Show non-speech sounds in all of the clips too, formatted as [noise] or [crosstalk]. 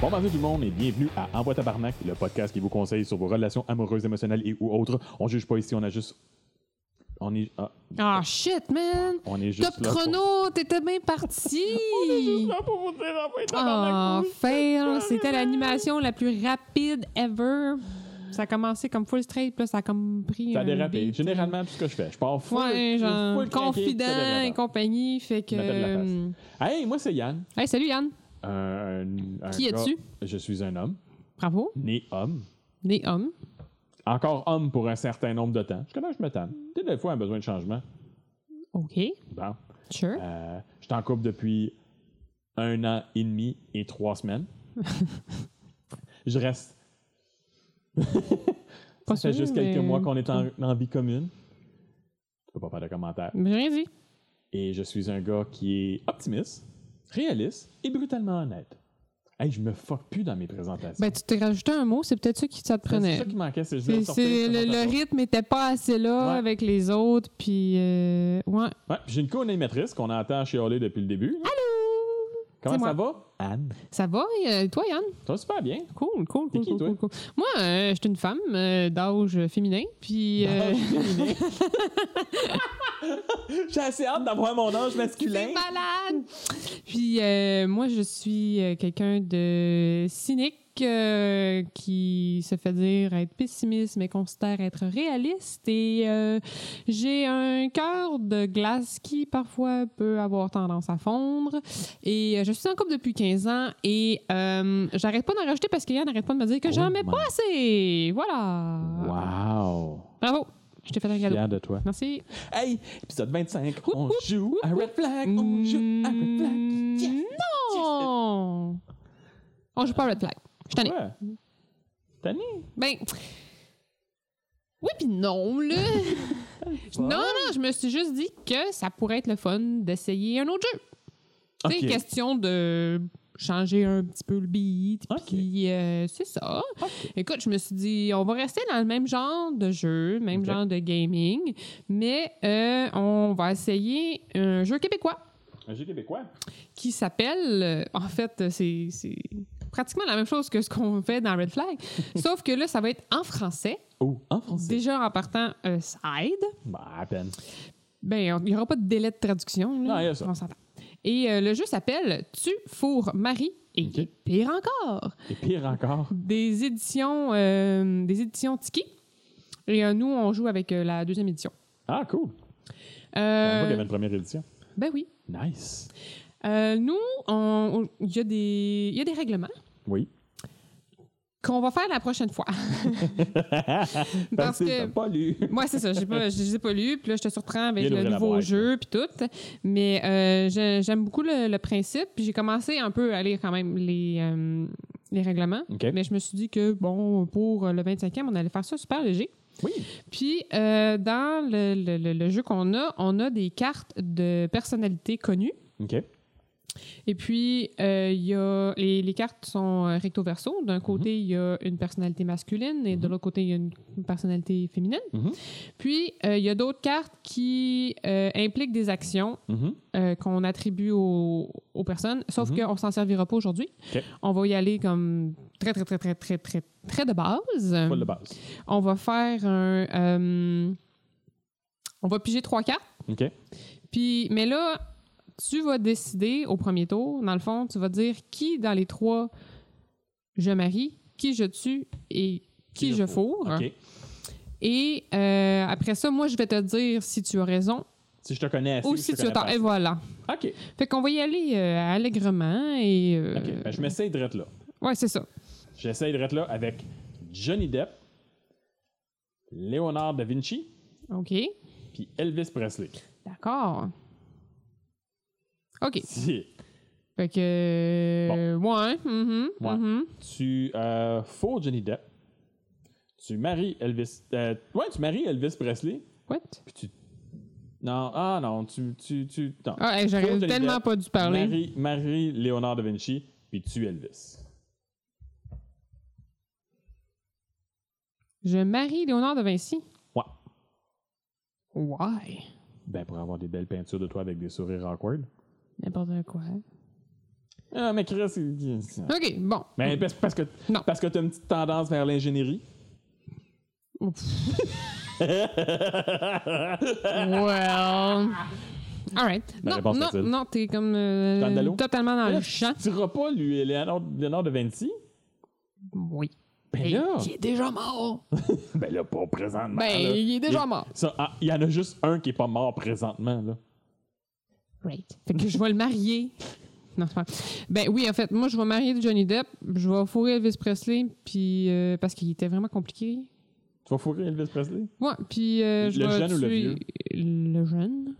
Bon mardi tout le monde et bienvenue à Envoi Tabarnak, le podcast qui vous conseille sur vos relations amoureuses, émotionnelles et ou autres. On juge pas ici, on a juste... On est, ah, Ah, shit, man! on est juste Top là pour- chrono, t'étais bien [laughs] parti! là pour vous dire Envoi Ah, Tabarnak. fail! C'était l'animation la plus rapide ever. Ça a commencé comme full straight, puis là, ça a comme pris. Ça a un dérapé. beat. Généralement, tout ce que je fais, je pars full, Ouais, genre, full craqué, puis ça confident et dérape. compagnie. Fait que. Je m'appelle la face. hum, Hey, moi c'est Yann. Hey, salut Yann! Un- un- un Qui gars- es-tu? Je suis un homme, Bravo! né homme. Né homme. Encore homme pour un certain nombre de temps. Je connais, je me tanne. Tu sais, des fois, un besoin de changement. OK. Bon. Sure. Euh, je suis en couple depuis un an et demi et trois [laughs] semaines. je reste. Pas Ça fait sûr, juste mais- quelques mois qu'on est en, en vie commune. Je peux pas faire de commentaires. Mais J'ai rien dit. Et je suis un gars qui est optimiste, réaliste et brutalement honnête. Hey, je me fuck plus dans mes présentations. Ben, tu t'es rajouté un mot, c'est peut-être ça qui ça te c'est prenait. ça qui manquait, c'est que je voulais C'est- sortir c'est- les le, le présentations. rythme était pas assez là Ouais. avec les autres, puis. euh, ouais. Ouais, puis J'ai une co-animatrice qu'on entend chialer depuis le début. Allô! Comment C'est ça va? Anne. Ça va? Et, euh, toi, Yann? Ça va super bien. Cool, cool, T'es cool, qui, cool, toi? cool, cool. Moi, euh, je suis une femme euh, d'âge féminin, puis... euh, [laughs] J'ai assez hâte d'avoir mon ange masculin. c'est malade! [laughs] Puis euh, moi, je suis euh, quelqu'un de cynique euh, qui se fait dire être pessimiste, mais considère être réaliste. Et euh, j'ai un cœur de glace qui, parfois, peut avoir tendance à fondre. Et euh, je suis en couple depuis 15 ans et euh, j'arrête pas d'en rajouter parce qu'Yann n'arrête pas de me dire que Oh j'en mets my- pas assez! Voilà! Wow! Bravo! Je t'ai fait un cadeau. Fier de toi. Merci. Hey, épisode 25, Oup, on oup, joue à Red Flag, on joue à Oh, Red Flag. Yes! Mm, Non! On joue pas à Red Flag. Je t'en ai. Ouais. Tanné? Ben. Oui, puis non, [laughs] là. non, non, je me suis juste dit que ça pourrait être le fun d'essayer un autre jeu. Ok. C'est question de changer un petit peu le beat. Ok. Puis euh, c'est ça. Ok. Écoute, je me suis dit, on va rester dans le même genre de jeu, même Ok. genre de gaming, mais euh, on va essayer un jeu québécois Un jeu québécois? qui s'appelle. euh, en fait, euh, c'est c'est pratiquement la même chose que ce qu'on fait dans [laughs] Red Flag, sauf que là, ça va être en français. Oh, en français? Déjà en partant euh, ça aide. Bah, à peine. Ben, on- il n'y aura pas de délai de traduction. là. Non, il y a ça. On s'entend. Et euh, le jeu s'appelle Tu fourres Marie et Ok. pire encore. Et pire encore, Des éditions, euh, des éditions Tiki. Et euh, nous, on joue avec euh, la deuxième édition. ah cool, Je savais pas Euh, qu'il y avait une première édition. ben oui. Nice. Euh, nous, on- on- il y, a des- il y a des règlements Oui. [laughs] qu'on va faire la prochaine fois. Parce Parce que que- t'as pas lu. Moi, c'est ça. j'ai pas- Je ne les ai pas lus. Puis là, je te surprends avec Viens le d'ouvrir la nouveau boîte. jeu puis tout. Mais euh, j'ai- j'aime beaucoup le, le principe. Puis j'ai commencé un peu à lire quand même les, euh, les règlements. OK. Mais je me suis dit que, bon, pour le 25e, on allait faire ça super léger. Oui. Puis euh, dans le, le- le- le jeu qu'on a, on a des cartes de personnalités connues. OK. Et puis, euh, il y a, les, les cartes sont euh, recto-verso. D'un côté, il y a une personnalité masculine et de Mhm. l'autre côté, il y a une, une personnalité féminine. Mhm. Puis, euh, il y a d'autres cartes qui euh, impliquent des actions Mhm. euh, qu'on attribue aux, aux personnes, sauf Mhm. qu'on s'en servira pas aujourd'hui. OK. On va y aller comme très, très, très, très, très, très, très de base. Pas de base. On va faire un... euh, on va piger trois cartes. OK. Puis, mais là, tu vas décider au premier tour, dans le fond, tu vas dire qui dans les trois je marie, qui je tue et qui, je fourre. OK. Et euh, après ça, moi, je vais te dire si tu as raison Si je te connais assez, ou je si te tu as connais tort. pas Et voilà. assez. OK. Fait qu'on va y aller euh, allègrement et. euh, OK. Ben, je m'essaye de là. Ouais, c'est ça. J'essaie de être là avec Johnny Depp, Léonard da Vinci, OK. puis Elvis Presley. D'accord. OK. Si Fait que. Ouais. mhm, Ouais. mhm. tu euh, fous Johnny Depp, tu maries Elvis. euh, ouais, tu maries Elvis Presley, What? puis tu. Non, ah non, tu. tu, tu non. Ah, hey, Faut j'aurais Johnny tellement Depp, pas dû parler. Marie, Marie Léonard da Vinci, puis tu Elvis. Je marie Léonard de Vinci. Ouais. Why? Ben, pour avoir des belles peintures de toi avec des sourires awkward. N'importe quoi. Ah, mais Chris, il- OK, bon. mais parce- parce que Non. parce que t'as une petite tendance vers l'ingénierie. [laughs] Well. All right. La Non, réponse non, facile. non, t'es comme euh, Dans le dallo? totalement dans le Là, champ. Tu diras pas, lui, Léonard, Léonard de Vinci? Oui. Ben Hey, là, il est déjà mort. ben là, pas présentement. Ben, là. il est déjà mort. Ça, ah, il y en a juste un qui est pas mort présentement, là. Right. Fait que je vais le marier. Non, c'est pas vrai. Ben oui, en fait, moi, je vais marier Johnny Depp, je vais fourrer Elvis Presley, puis euh, parce qu'il était vraiment compliqué. Tu vas fourrer Elvis Presley? Ouais, puis euh, je Le vais jeune ou le tuer- vieux? [laughs] Le jeune.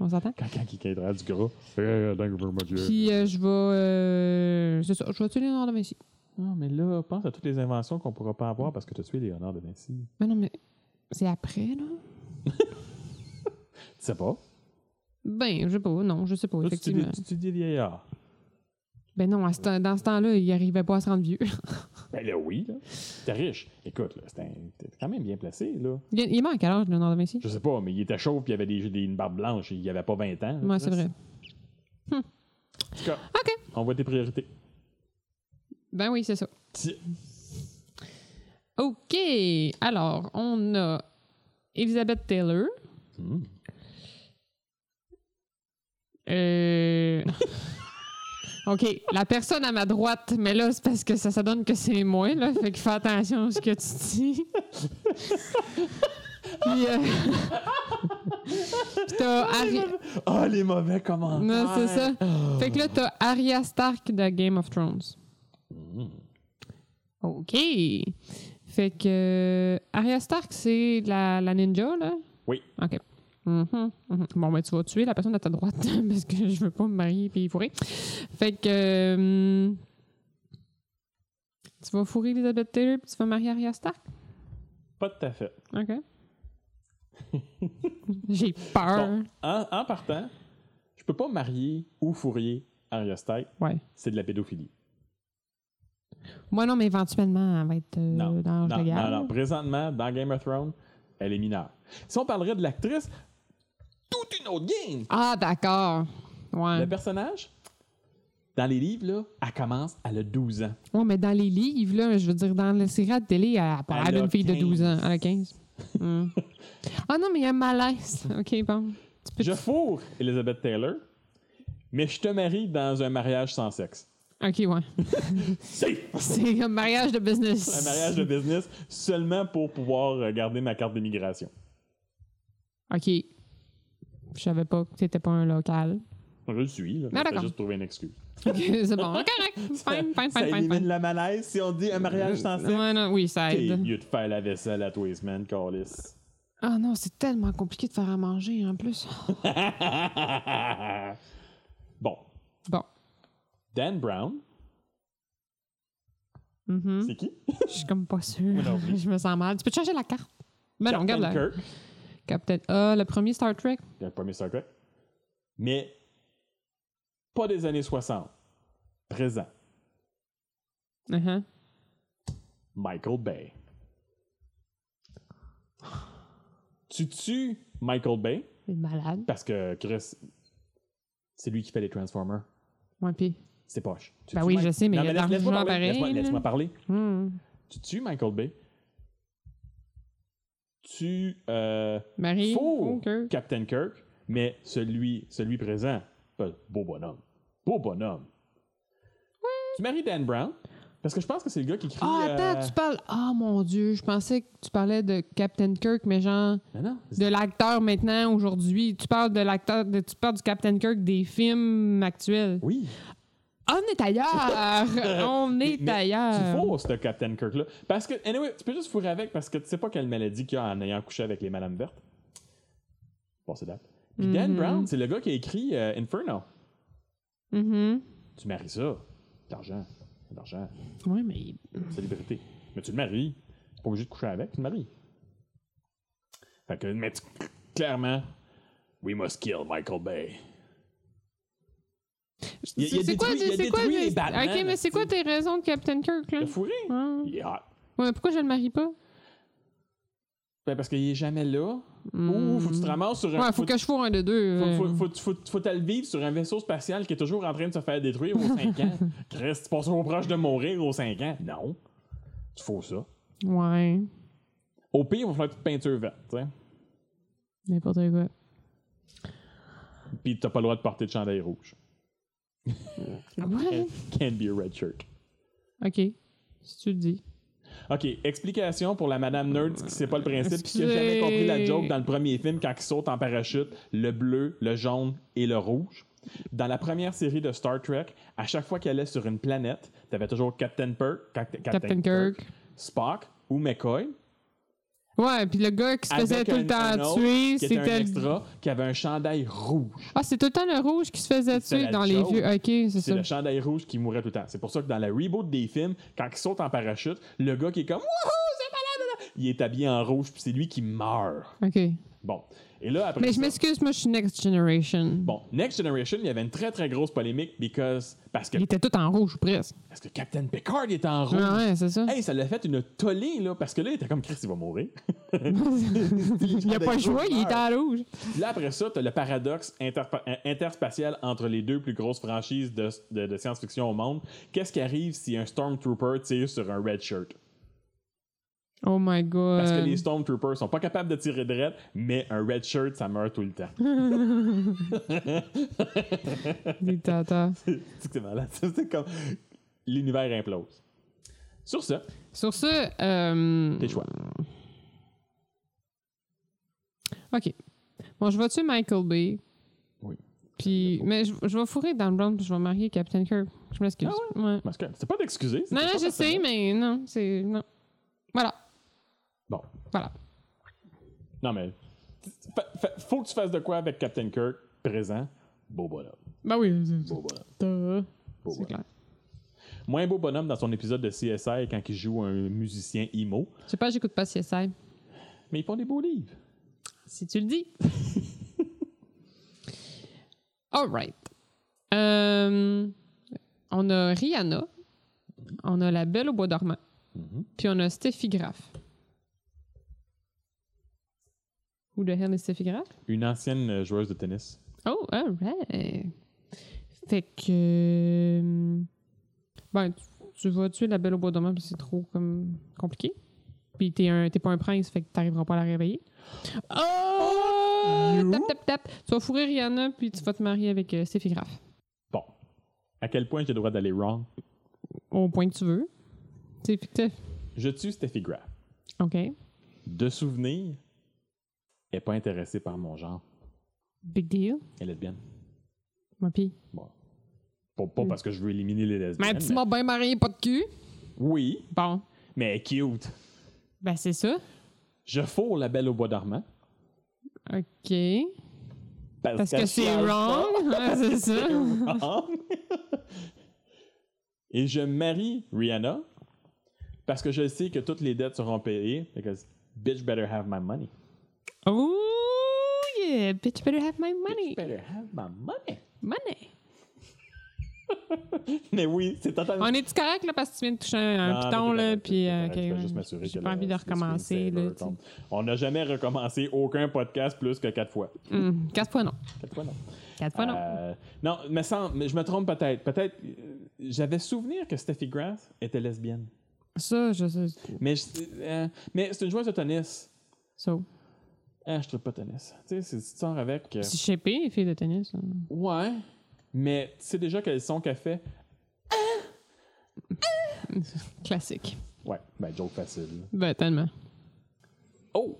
On s'entend? Quand, quand il caillera du gras. Eh, thank you very much. Puis euh, je vais. euh, c'est ça, je vais tuer Léonard de Vinci. Non, Ah, mais là, pense à toutes les inventions qu'on pourra pas avoir parce que tu as tué Léonard de Vinci. Mais Ben non, mais c'est après, là? Tu sais pas. Ben, je sais pas. Non, je sais pas, Toi, tu étudies, effectivement. tu étudies vieillard. Ben non, à ce temps- dans ce temps-là, il arrivait pas à se rendre vieux. [laughs] Ben là, oui, là. T'es riche. Écoute, là, c'est un- t'es quand même bien placé, là. Il il est mort à quel âge, Léonard de Vinci? Je sais pas, mais il était chauve puis il avait des, des- une barbe blanche. Il avait pas 20 ans. là. Ouais, c'est vrai. En tout cas, OK. on voit tes priorités. Ben oui, c'est ça. Ti- OK. Alors, on a Elizabeth Taylor. Hmm. Euh, [laughs] OK, la personne à ma droite, mais là, c'est parce que ça, ça donne que c'est moi, là. Fait que fais attention à ce que [laughs] tu dis. Puis, euh, [laughs] Puis t'as Ari- Ah, les mauvais commentaires. Non, c'est ça. Ah, Oh. Fait que là, t'as Arya Stark de Game of Thrones. Mm. OK. Fait que euh, Arya Stark, c'est la, la ninja, là? Oui. OK. Mhm, mhm. Bon, ben, tu vas tuer la personne à ta droite [laughs] parce que je veux pas me marier puis fourrer. Fait que. euh, tu vas fourrer Elizabeth Taylor puis tu vas marier Arya Stark? Pas tout à fait. OK. [laughs] J'ai peur. Bon, en, en partant, je peux pas marier ou fourrier Arya Stark. Ouais. C'est de la pédophilie. Moi, non, mais éventuellement, elle va être euh, Non, dans non, la guerre. non, non. Présentement, dans Game of Thrones, elle est mineure. Si on parlerait de l'actrice, toute une autre game. Ah, d'accord. Ouais. Le personnage, dans les livres, là, elle commence, elle a 12 ans. Ouais, mais dans les livres, là, je veux dire, dans la série à la télé, elle a pas Elle l'air a d'une fille de 12 ans. 15. Elle a 15. [laughs] Hmm. Ah non, mais il y a un malaise. OK, bon. Tu peux- Je fourre Elizabeth Taylor, mais je te marie dans un mariage sans sexe. OK, [laughs] ouais. C'est C'est un mariage de business. un mariage de business seulement pour pouvoir euh, garder ma carte d'immigration. OK. Je savais pas que t'étais pas un local. [laughs] Je le suis, là. Ah, J'ai d'accord. juste trouvé une excuse. OK, c'est [laughs] bon. Correct. Fine, fine, ça fine, fine. élimine fine. la malaise si on dit un mariage sans sexe. Ouais, non, oui, ça T'es aide. mieux de faire la vaisselle à tous les semaines, Carlis. Ah non, c'est tellement compliqué de faire à manger en plus. [laughs] bon, Bon. Dan Brown, Mhm. c'est qui? Je suis comme pas sûre. Moi non plus. [laughs] Je me sens mal. Tu peux te changer la carte. Mais Ben non, Captain regarde là. Kirk, Captain. Ah, le premier Star Trek. le premier Star Trek. Mais pas des années 60. Présent. Uh-huh. Michael Bay. Tu tues Michael Bay Il est malade. parce que Chris, c'est lui qui fait les Transformers. Ouais, puis. C'est poche. Tu Ben tues oui, je sais, mais il y a de laisse- laisse-moi l'argent parler, pareil, laisse-moi- là. Laisse-moi parler. hmm, Tu tues Michael Bay. Tu euh, Marie. fourres Fokker. Captain Kirk, mais celui, celui présent, ben, beau bonhomme. Beau bonhomme. Tu maries Dan Brown, parce que je pense que c'est le gars qui crie. Ah, attends, euh, tu parles. Ah, mon Dieu, je pensais que tu parlais de Captain Kirk, mais genre Non, non. de l'acteur maintenant, aujourd'hui. Tu parles de l'acteur, de- tu parles du Captain Kirk des films actuels. Oui. On [laughs] est ailleurs! On Mais est Tu ailleurs! fourres ce Captain Kirk-là. Parce que, anyway, tu peux juste fourrer avec parce que tu sais pas quelle maladie qu'il y a en ayant couché avec les madames vertes. Bon, c'est date. Puis Dan Mhm. Brown, c'est le gars qui a écrit euh, Inferno. Mhm. Tu maries ça. D'argent. D'argent. Ouais, mais. célébrité. Mais tu le maries. T'es pas obligé de coucher avec, tu le maries. Fait que, mais tu- clairement, we must kill Michael Bay. Il a- il a C'est quoi, détruit- il a c'est quoi, détruit les mais- Batman, Ok, mais c'est quoi hein, tu tes raisons de Captain Kirk, là? Le fourré, Ouais. il est hot. Ouais, mais pourquoi je le marie pas? Ben, parce qu'il est jamais là. Hmm. Ou faut que tu te ramasses sur un. Ouais, faut que je fourre un de deux. Faut, euh. faut, faut, faut, faut t'aller vivre sur un vaisseau spatial qui est toujours en train de se faire détruire aux 5 [laughs] ans. Chris, tu penses trop proche de mourir aux 5 ans? Non. Tu faut ça. Ouais. Au pire, il va falloir une petite peinture verte, tu sais. N'importe quoi. Puis t'as pas le droit de porter de chandail rouge. [laughs] Ouais. Can't be a red shirt. OK. Si tu le dis. OK, explication pour la Madame Nerd qui sait pas le principe puis qui a jamais Excusez. compris la joke dans le premier film quand ils sautent en parachute, le bleu, le jaune et le rouge. Dans la première série de Star Trek, à chaque fois qu'elle allait sur une planète, t'avais toujours Captain Kirk, Captain, Captain Kirk. Spock ou McCoy. Ouais, puis le gars qui se faisait avec tout un- le un temps autre tuer, qui était un c'était le... extra qui avait un chandail rouge. Ah, c'est tout le temps le rouge qui se faisait C'était tuer la dans les joke. vieux. OK, c'est C'est ça. le chandail rouge qui mourait tout le temps. C'est pour ça que dans la reboot des films, quand ils sautent en parachute, le gars qui est comme Wouhou, c'est malade! là! Il est habillé en rouge, puis c'est lui qui meurt. OK. Bon. Et là, après. Mais je ça- m'excuse, moi, je suis Next Generation. Bon, Next Generation, il y avait une très très grosse polémique because, parce, que, Il était tout en rouge, ou presque. parce que Captain Picard il était en rouge. Ah ouais, c'est ça. Hey, ça l'a fait une tollée, là, parce que là, il était comme Chris, il va [laughs] mourir. [laughs] il a pas le choix, il était en rouge. Là, après ça, t'as le paradoxe interpa- euh, interspatial entre les deux plus grosses franchises de, de- de science-fiction au monde. Qu'est-ce qui arrive si un Stormtrooper tire sur un Red Shirt? Oh my God. Parce que les Stormtroopers sont pas capables de tirer de raide, mais un Red Shirt, ça meurt tout le [laughs] temps. [laughs] Des tatas. C'est que c'est malade. C'est comme l'univers implose. Sur ça, Sur ce, euh, tes choix. OK. Bon, je vais tuer Michael Bay. Oui. Puis, mais je, je vais fourrer Dan Brown, puis je vais marier Captain Kirk. Je m'excuse. Ah Ouais. Parce que c'est pas d'excuser. Non, non, je sais, mais non, c'est. Non. Voilà. Bon. Voilà. Non, mais. fa- fa- Faut que tu fasses de quoi avec Captain Kirk présent. Beau bonhomme. Ben oui, c'est- Beau bonhomme. c'est Beau c'est clair. Moins beau bonhomme dans son épisode de CSI quand il joue un musicien emo. Je sais pas, j'écoute pas CSI. Mais ils font des beaux livres. Si tu le dis. [laughs] All right. Euh, on a Rihanna. On a La Belle au Bois dormant. Puis on a Steffi Graf. Who the hell is Steffi Graf? Une ancienne euh, joueuse de tennis. Oh, all right. Fait que. euh, Ben, tu, tu vas tuer la belle au bois dormant parce que c'est trop comme, compliqué. Puis t'es, un, t'es pas un prince, fait que t'arriveras pas à la réveiller. Oh! You? Tap, tap, tap. Tu vas fourrer Rihanna, puis tu vas te marier avec euh, Steffi Graf. Bon. À quel point j'ai le droit d'aller wrong? Au point que tu veux. C'est fictif. Je tue Steffi Graf. OK. De souvenir, elle est pas intéressée par mon genre. Big deal. Elle est lesbienne. Ma pis. Bon. Pas, pas parce que je veux éliminer les Mais lesbiennes. tu m'as bien marié, pas de cul. mais- Oui, Bon. mais elle est cute. Ben, c'est ça. Je fourre la belle au bois dormant. OK. Parce que qu'elle c'est chiale pas. wrong. Ouais, c'est ça. [laughs] Et je marie Rihanna parce que je sais que toutes les dettes seront payées. Because bitch better have my money. Oh yeah, bitch better have my money. Bitch better have my money. Money. Mais oui, c'est totalement. On est-tu correct là parce que tu viens de toucher un Non, piton t'es là correct, puis t'es euh, correct, ok. je vais ouais. juste m'assurer que J'ai pas le- envie de le recommencer là. screensaver tu sais. tombe. On n'a jamais recommencé aucun podcast plus que quatre fois. Hum, Quatre fois non. Quatre fois, non. Quatre fois non. Euh, non, mais, sans, mais je me trompe peut-être. Peut-être. euh, J'avais souvenir que Steffi Graf était lesbienne. Ça je sais. Mais, je- euh, mais c'est une joueuse de tennis. So, Ah, je trouve pas tennis. Tu sais, c'est tu sors avec. euh, si shapé les filles de tennis. hein. Ouais, mais tu sais déjà quels sont qu'elle fait. Classique. Ouais, ben, joke facile. Ben tellement. Oh!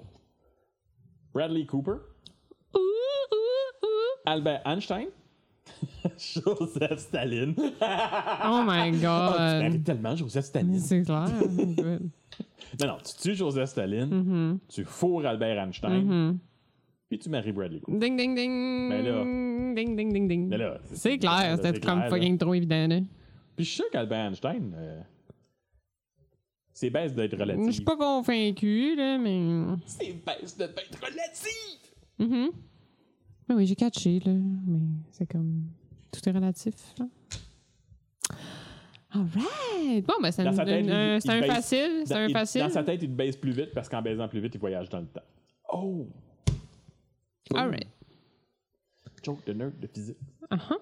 Bradley Cooper, Ouh, ouh, ouh. Albert Einstein, [laughs] Joseph Staline. Oh [laughs] my Oh, tu mérites god. tellement Joseph Staline. C'est clair. Good. Non, non, tu tues Joseph Staline, Mhm. tu fourres Albert Einstein, Mhm. puis tu maries Bradley Cooper. Ding ding ding. Ben là. Ding ding ding ding. Mais là, C'est clair, c'est c'était comme clair, là. fucking trop évident. là. Puis je suis sûr qu'Albert Einstein, euh, c'est baisse d'être Je relatif. suis pas convaincu là, mais. C'est baisse d'être relatif! Mhm. Mais oui, j'ai catché, là. Mais c'est comme. Tout est relatif, là. All right. Bon, ben, c'est Dans un, sa tête, un- il- un- il c'est un baisse. facile. C'est Dans- un il- facile. Dans sa tête, il te baise plus vite parce qu'en baisant plus vite, il voyage dans le temps. Oh! All right. Joke de nerd de physique. Uh-huh.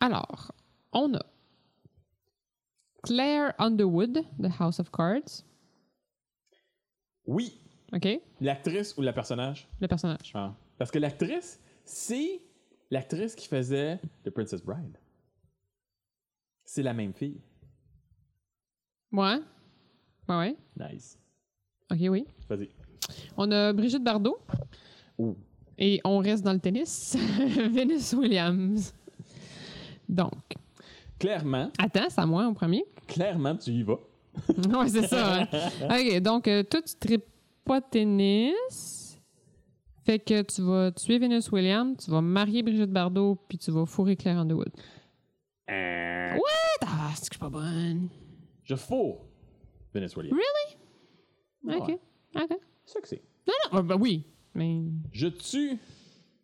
Alors, on a Claire Underwood de House of Cards. Oui, OK? l'actrice ou la personnage? Le personnage. Ah. Parce que l'actrice, c'est l'actrice qui faisait The Princess Bride. C'est la même fille. Ouais. Ouais, ouais. Nice. OK, oui. Vas-y. On a Brigitte Bardot. Oh. Et on reste dans le tennis. [laughs] Venus Williams. Donc, Clairement, attends, c'est à moi en premier. clairement, tu y vas. [laughs] ouais, c'est ça. hein. [laughs] OK, donc, euh, toi, tu tripes pas tennis. Fait que tu vas tuer Venus Williams, tu vas marier Brigitte Bardot, puis tu vas fourrer Claire Underwood. Ah, c'est que je suis pas bonne. Je fourre Venezuela. Ouais. OK. OK. C'est ça que c'est. Ah, ben, ben oui. Mais. Je tue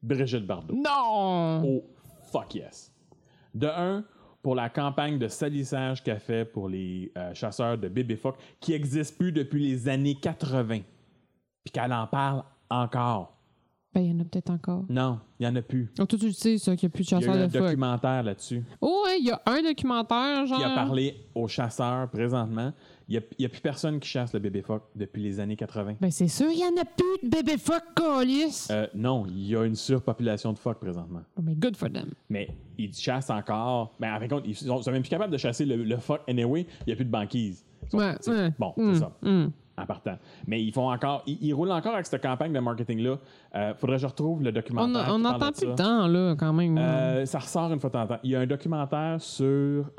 Brigitte Bardot. Non! Oh, fuck yes. De un, pour la campagne de salissage qu'a fait pour les euh, chasseurs de bébé phoques qui n'existe plus depuis les années 80. Puis qu'elle en parle encore. Ben, il y en a peut-être encore. Non, il n'y en a plus. Donc, toi, tu le sais, ça, qu'il n'y a plus de Il y a eu chasseurs un de fuck. documentaire là-dessus Oh, ouais, il y a un documentaire, genre. qui a parlé aux chasseurs présentement. Il n'y a, plus personne qui chasse le bébé phoque depuis les années 80. Ben, c'est sûr, il y en a plus de bébé fuck, colis. Euh, non, il y a une surpopulation de phoques présentement. Oh, mais good for them. Mais ils chassent encore. Mais en fin de compte, ils sont, ils sont même plus capables de chasser le, le fuck anyway. Il n'y a plus de banquise. Ils sont- Ouais, c'est- ouais. Bon, Mm, c'est ça, mm. en partant. Mais ils font encore. Ils, ils roulent encore avec cette campagne de marketing-là. Euh, faudrait que je retrouve le On documentaire. on qui parle n'entend ben, de plus ça. le temps, là, quand même. Euh, ça ressort une fois de temps en temps. Il y a un documentaire sur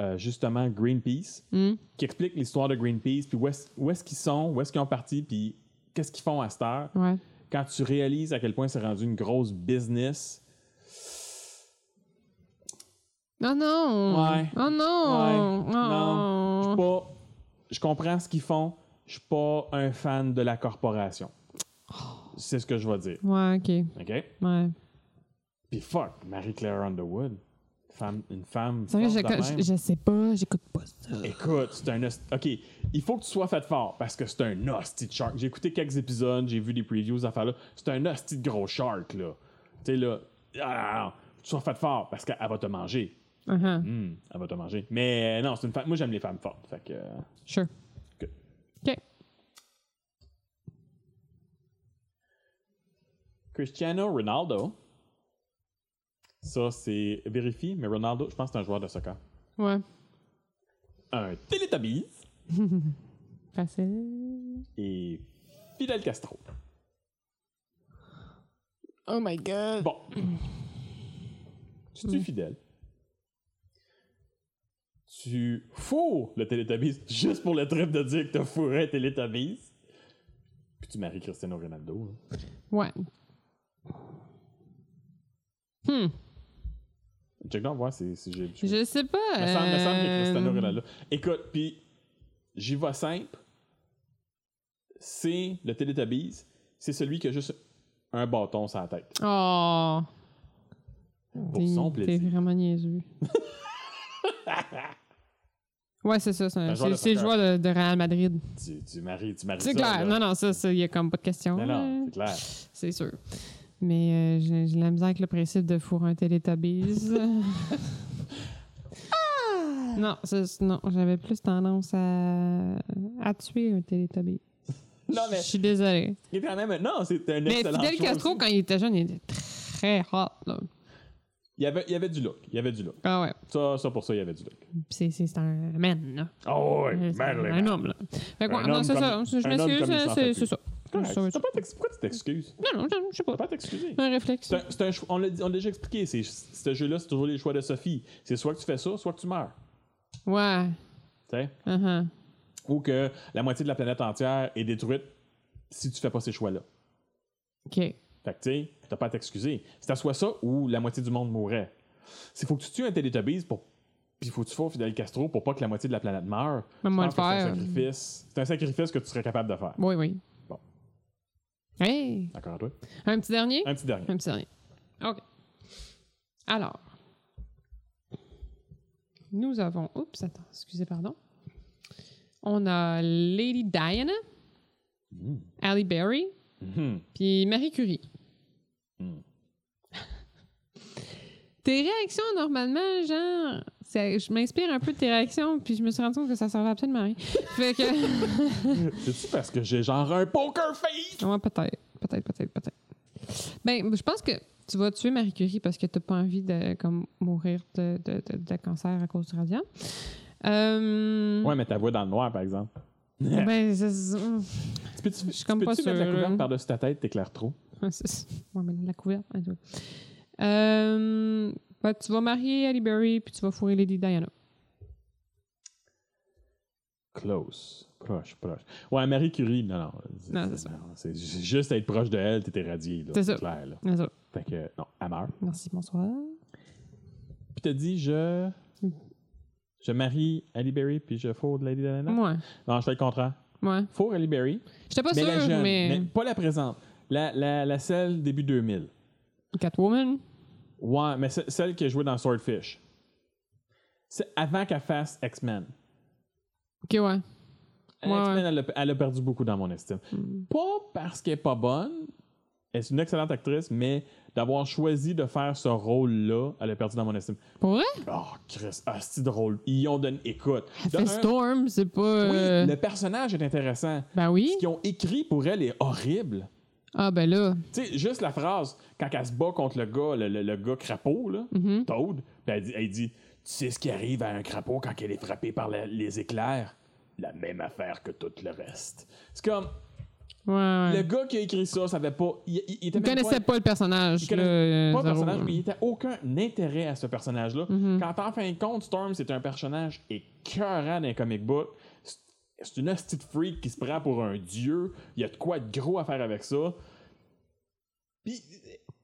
euh, justement Greenpeace Mm. qui explique l'histoire de Greenpeace, puis où est-ce où est-ce qu'ils sont, où est-ce qu'ils ont parti, puis qu'est-ce qu'ils font à cette heure. Ouais. Quand tu réalises à quel point c'est rendu une grosse business, Non, Ah non. Ouais. Oh, Ouais. non. Oh. Non. Je suis pas. Je comprends ce qu'ils font. Je suis pas un fan de la corporation. C'est ce que je vais dire. Ouais, OK. OK? Ouais. Puis fuck, Marie-Claire Underwood. Femme, une femme. Sérieux, forte je, de même. je, je sais pas, j'écoute pas ça. Écoute, c'est un. host- OK, il faut que tu sois fait fort parce que c'est un hostie de shark. J'ai écouté quelques épisodes, j'ai vu des previews, ces affaires-là. C'est un hostie de gros shark, là. Tu sais, là. Ah, faut que tu sois fait fort parce qu'elle va te manger. Uh-huh. Hmm, elle va te manger. Mais euh, non, c'est une femme. Moi, j'aime les femmes fortes. Fait que. euh, Sure. Good. OK. Cristiano Ronaldo. Ça, c'est. Vérifie, mais Ronaldo, je pense que c'est un joueur de soccer. Ouais. Un Teletubbies Facile. et Fidel Castro. Oh my god. Bon. Tu tues Fidel. Tu fourres le Teletubbies juste pour le trip de dire que t'as fourré un Teletubbies. Puis tu maries Cristiano Ronaldo. hein. là. Ouais. Hmm. Check donc voir si, si j'ai. Je sais pas. Me semble, me semble que euh, Cristiano Ronaldo. Écoute, puis j'y vais simple. C'est le Teletubbies. C'est celui qui a juste un bâton sur la tête. Oh. Pour son T'es- T'es plaisir. [laughs] vraiment niaiseux. ouais, c'est ça. C'est Un un- joueur de c'est- c'est le soccer. joueur de, de Real Madrid. Tu, tu maries, tu maries C'est ça, clair. là. Non, non, ça, ça, il y a comme pas de question. Non, là. non, c'est clair. C'est sûr. Mais euh, j'ai j'ai la misère avec le principe de fourrer [laughs] un Teletubbies. Ah! Non, ça, c'est- non, j'avais plus tendance à, à tuer un Teletubbies. Non, mais Je suis désolée. il est quand même. Non, c'est un Mais excellent Fidel choix Castro, aussi. quand il était jeune, il était très hot. Là. Il y, avait, il y avait du look. Il y avait du look. Ah ouais, Ça, ça pour ça, il y avait du look. Puis c'est c'est- c'est un man. Là. Oh, oui, C'est Marilyn. un homme. Là. Fait que, Un ouais, homme non, c'est comme- ça. Je un homme comme m'excuse, il s'en fait c'est plus. c'est ça. Correct. Ça va être T'as pas t'ex- Pourquoi tu t'excuses? Non, non, je- je sais pas. T'as pas t'excuser. Un réflexe. C'est un- c'est un choix- on l'a dit- on l'a déjà expliqué. c'est- Ce jeu-là, c'est toujours les choix de Sophie. C'est soit que tu fais ça, soit que tu meurs. Ouais. Tu sais? Uh-huh. ou que la moitié de la planète entière est détruite si tu fais pas ces choix-là. OK. Fait que, tu sais, t'as pas à t'excuser. C'est soit ça ou la moitié du monde mourrait. S'il faut que tu tues un Teletubbies pour. Puis faut que tu fasses Fidel Castro pour pas que la moitié de la planète meure. Même je moi pense le que C'est un faire. sacrifice. C'est un sacrifice que tu serais capable de faire. Oui, oui. Bon. Hey! D'accord, Antoine? Un petit dernier? Un petit dernier. Un petit dernier. OK. Alors. Nous avons. Oups, attends, excusez, pardon. On a Lady Diana, Mm. Halle Berry, Mhm. puis Marie Curie. Mm. [laughs] Tes réactions, normalement, genre, ça- je m'inspire un peu de tes réactions, puis je me suis rendu compte que ça servait absolument à rien. Fait que, C'est-tu parce que j'ai genre un poker face? ouais, peut-être, peut-être, peut-être, peut-être. Ben, je pense que tu vas tuer Marie Curie parce que t'as pas envie de comme, mourir de, de, de- de cancer à cause du radium. Euh, Ouais, mais ta voix dans le noir, par exemple. Ben, c'est- c'est- Tu peux-tu suis comme peux-tu pas mettre la sûre, là. couverte par-dessus ta tête, t'éclaires trop? Ouais, c'est- c'est- ouais, mais la couverte. en tout cas. Euh, ben, tu vas marier Halle Berry, puis tu vas fourrer Lady Diana. Close. Proche, proche. Ouais, Marie Curie, non, non. Non, c'est ça. non, c'est ju- juste être proche de elle, t'étais radié, là. C'est ça. clair, là. Ah, ça. Fait que, non, elle meurt. Merci, bonsoir. Puis t'as dit, je. Je marie Halle Berry, puis je fous Lady Diana? Ouais, Non, je fais le contraire. ouais. Faux Halle Berry, J'étais pas mais sûre, la jeune. mais... mais pas la présente. La, la, la celle début 2000. Catwoman. Ouais, mais c'est- celle qui a joué dans Swordfish. C'est avant qu'elle fasse X-Men. Ok, ouais. Euh, Ouais, Hmm. X-Men, ouais. elle, a- elle a perdu beaucoup dans mon estime. Pas parce qu'elle est pas bonne, elle est une excellente actrice, mais d'avoir choisi de faire ce rôle-là, elle a perdu dans mon estime. Pour vrai? Oh, Chris, ah, c'est drôle. Ils ont donné. Écoute. de Fait un, Storm, c'est pas. oui, Ah, euh, le personnage est intéressant. Ben oui. Ce qu'ils ont écrit pour elle est horrible. Ah, ben là. Tu sais, juste la phrase, quand elle se bat contre le gars, le, le- le gars crapaud, là, Mhm. Toad, puis elle dit, elle dit, Tu sais ce qui arrive à un crapaud quand il est frappé par la- les éclairs? La même affaire que tout le reste. C'est comme, Ouais, le ouais. gars qui a écrit ça savait pas. Il, il- il était Il même connaissait pas, le personnage. il connaissait là, euh, pas le zéro, personnage, hein. mais il n'était aucun intérêt à ce personnage-là. Mhm. Quand en fin de compte, Storm, c'est un personnage écœurant d'un comic book. C'est- C'est une hostie de freak qui se prend pour un dieu. Il y a de quoi de gros à faire avec ça. Puis,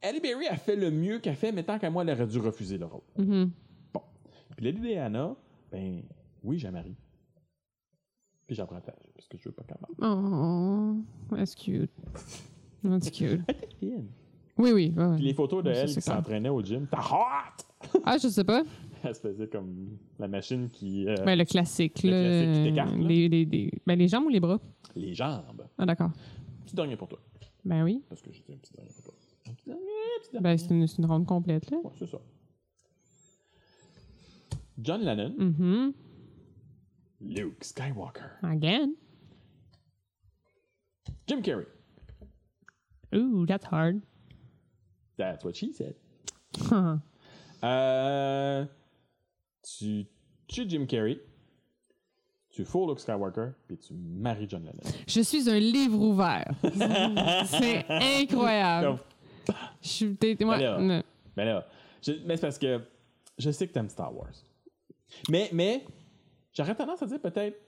Halle Berry a fait le mieux qu'elle fait, mais tant qu'à moi, elle aurait dû refuser le rôle. Mhm. Puis, Lady Diana, ben oui, j'ai marie. Puis, j'apprends à faire, parce que je veux pas qu'elle meure. Oh, that's cute. That's cute. Elle était fine. Oui, oui. ouais, ouais. Puis, les photos de Ça, elle c'est qui clair. s'entraînait au gym, t'as hot! Ah, je sais pas. [laughs] Elle se faisait comme la machine qui. euh, Ben, le classique. le là, classique qui t'écarte, là. les, les- les- ben, les jambes ou les bras? Les jambes. Ah, d'accord. Petit dernier pour toi. Ben oui. Parce que j'ai dit un petit dernier pour toi. Un petit dernier, petit dernier. Ben, c'est une, c'est une ronde complète, là. Ouais, c'est ça. John Lennon, Mhm. Luke Skywalker, Again. Jim Carrey. Ooh, that's hard. [laughs] That's what she said. Ah. Euh, tu tues Jim Carrey, tu fous Luke Skywalker, puis tu maries John Lennon. Je suis un [laughs] livre ouvert. c'est incroyable. Je suis. t'es- t'es- ouais, Alors. non. Mais Ben là, je- mais c'est parce que je sais que t'aimes Star Wars. Mais, mais j'aurais tendance à dire peut-être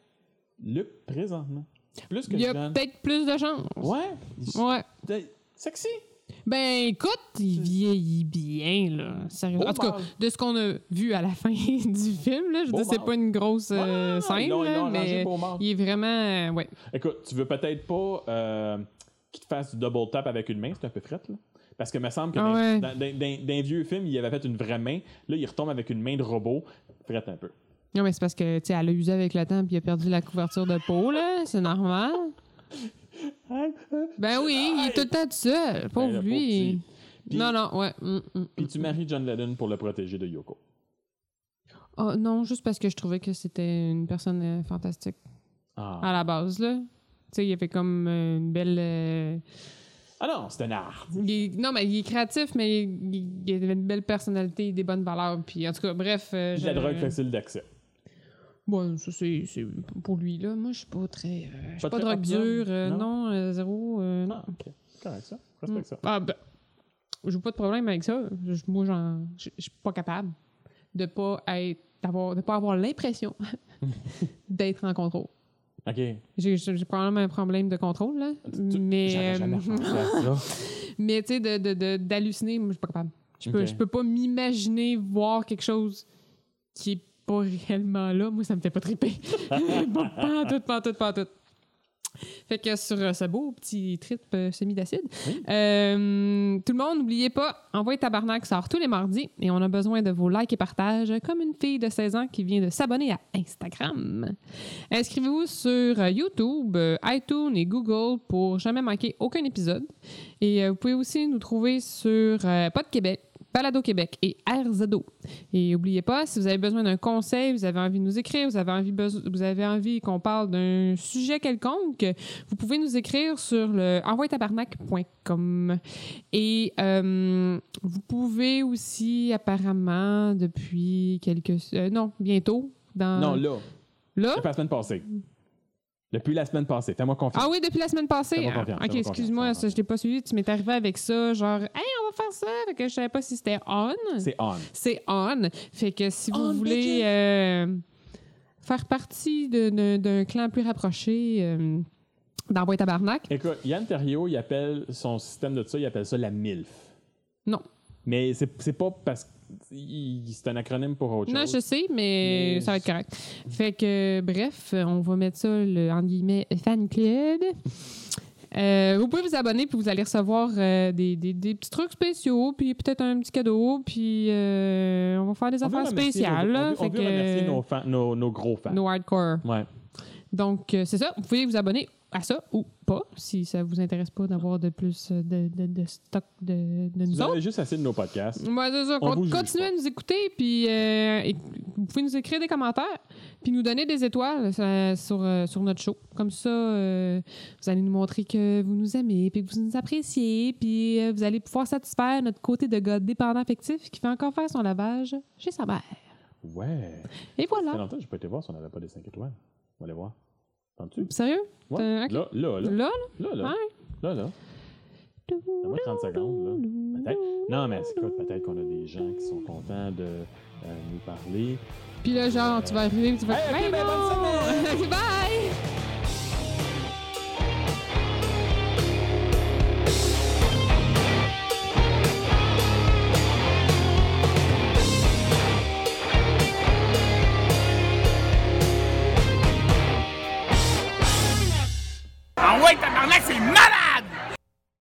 Luke présentement. Plus que Il y a John. peut-être plus de chance. Ouais. Ouais. T'es- Sexy. Ben écoute, il vieillit bien, là. Sérieux. Beau en tout cas, mâle. de ce qu'on a vu à la [laughs] fin du film, là, je Beau dis c'est mâle. pas une grosse Ouais, euh, ils scène, l'ont- ils là, l'ont arrangé mais pour mort. il est vraiment. euh, ouais. Écoute, tu veux peut-être pas euh, qu'il te fasse du double tap avec une main, c'est un peu frette, là. Parce que me semble que Ah dans, ouais. dans- dans- dans- dans un vieux film, il avait fait une vraie main. Là, il retombe avec une main de robot. Frette un peu. Non, mais c'est parce que, tu sais, elle a usé avec le temps puis il a perdu la couverture de peau, là. C'est normal. Ben oui, il est tout le temps tout seul. Pauvre Ben, le lui. pauvre petit. Puis- non, non, ouais. Mm, mm. Puis tu maries John Lennon pour le protéger de Yoko. Ah, non, juste parce que je trouvais que c'était une personne euh, fantastique Ah, à la base, là. Tu sais, il avait comme euh, une belle. euh, Ah non, c'est un art. il est- non, mais il est créatif, mais il, il- il avait une belle personnalité, des bonnes valeurs. Puis en tout cas, bref. euh, Puis La je- drogue facile d'accès. Bon, ça, c'est c'est pour lui, là. Moi, je suis pas très. euh, je suis Pas pas, très drogue opium, dure. euh, non? non, euh, zéro. euh, non. Ah, ok. Correct ça. Respecte ça. Ah, ben, j'ai pas de problème avec ça. Je- moi, j'en- je je suis pas capable de pas être. d'avoir- de pas avoir l'impression [laughs] d'être en contrôle. Ok. J'ai j'ai- j'ai probablement un problème de contrôle, là. Tu- J'aurais Mais, euh, jamais pensé à [laughs] ça. mais tu sais, de- de- de- d'halluciner, moi, je suis pas capable. Je peux, Ok. je peux pas m'imaginer voir quelque chose qui est pas réellement là. Moi, ça me fait pas triper. pas en tout, pas en tout, pas en tout. Fait que sur euh, ce beau petit trip euh, semi-d'acide. Euh, tout le monde, n'oubliez pas, Envoyez Tabarnak sort tous les mardis et on a besoin de vos likes et partages, comme une fille de 16 ans qui vient de s'abonner à Instagram. Inscrivez-vous sur euh, YouTube, euh, iTunes et Google pour jamais manquer aucun épisode. Et euh, vous pouvez aussi nous trouver sur euh, Pod Québec. Palado Québec et RZO. Et n'oubliez pas, si vous avez besoin d'un conseil, vous avez envie de nous écrire, vous avez envie, beso- vous avez envie qu'on parle d'un sujet quelconque, vous pouvez nous écrire sur le envoyetabarnak.com. Et euh, vous pouvez aussi, apparemment, depuis quelques... euh, non, bientôt, dans... Non, là, là? depuis la semaine passée. Depuis la semaine passée. Fais-moi confiance. Ah oui, depuis la semaine passée. Fais-moi confiance, Ah, ok, fais-moi excuse-moi, confiance. ça, je l'ai pas suivi. Tu m'es arrivé avec ça, genre, hey, on va faire ça, fait que je savais pas si c'était on. C'est on. C'est on. Fait que si vous On, voulez bitches. euh, faire partie de- de- d'un clan plus rapproché euh, d'Envoi Tabarnak, Écoute, Yann Terriot, il appelle son système de ça, il appelle ça la MILF. non. Mais c'est c'est pas parce que il- c'est un acronyme pour autre Non, chose. je sais, mais Mais ça va être correct. Fait que, euh, bref, on va mettre ça, le, entre guillemets, [laughs] fan club. Euh, vous pouvez vous abonner, puis vous allez recevoir euh, des, des- des petits trucs spéciaux, puis peut-être un petit cadeau, puis euh, on va faire des On veut affaires remercier spéciales. nos- là. on veut- On Fait veut que, remercier nos, fans- nos, nos gros fans. nos hardcore. Ouais. Donc, euh, c'est ça. Vous pouvez vous abonner à ça ou pas, si ça vous intéresse pas d'avoir de plus euh, de, de- de stock de, de nous Vous autres. avez juste assez de nos podcasts. Ouais, c'est ça. On Con- vous juge Continuez pas. à nous écouter, puis euh, éc- vous pouvez nous écrire des commentaires, puis nous donner des étoiles euh, sur, euh, sur notre show. Comme ça, euh, vous allez nous montrer que vous nous aimez, puis que vous nous appréciez, puis euh, vous allez pouvoir satisfaire notre côté de gars dépendant affectif qui fait encore faire son lavage chez sa mère. Mm. Ouais. Ça fait Et voilà. longtemps que j'ai pas été voir si on n'avait pas des 5 étoiles. On va aller voir. Entends-tu? Sérieux? Ouais. Euh, ok. Là, là, là. Là, Là, là. Là, là. là? Donne-moi 30 secondes, là. Peut-être- Non, mais c'est quoi? Peut-être qu'on a des gens qui sont contents de euh, nous parler. Puis là, genre, tu vas arriver, tu vas. Hey, ok, Ben ben, bonne non! Ok, [laughs] bye! Ah ouais, tabarnak, c'est malade!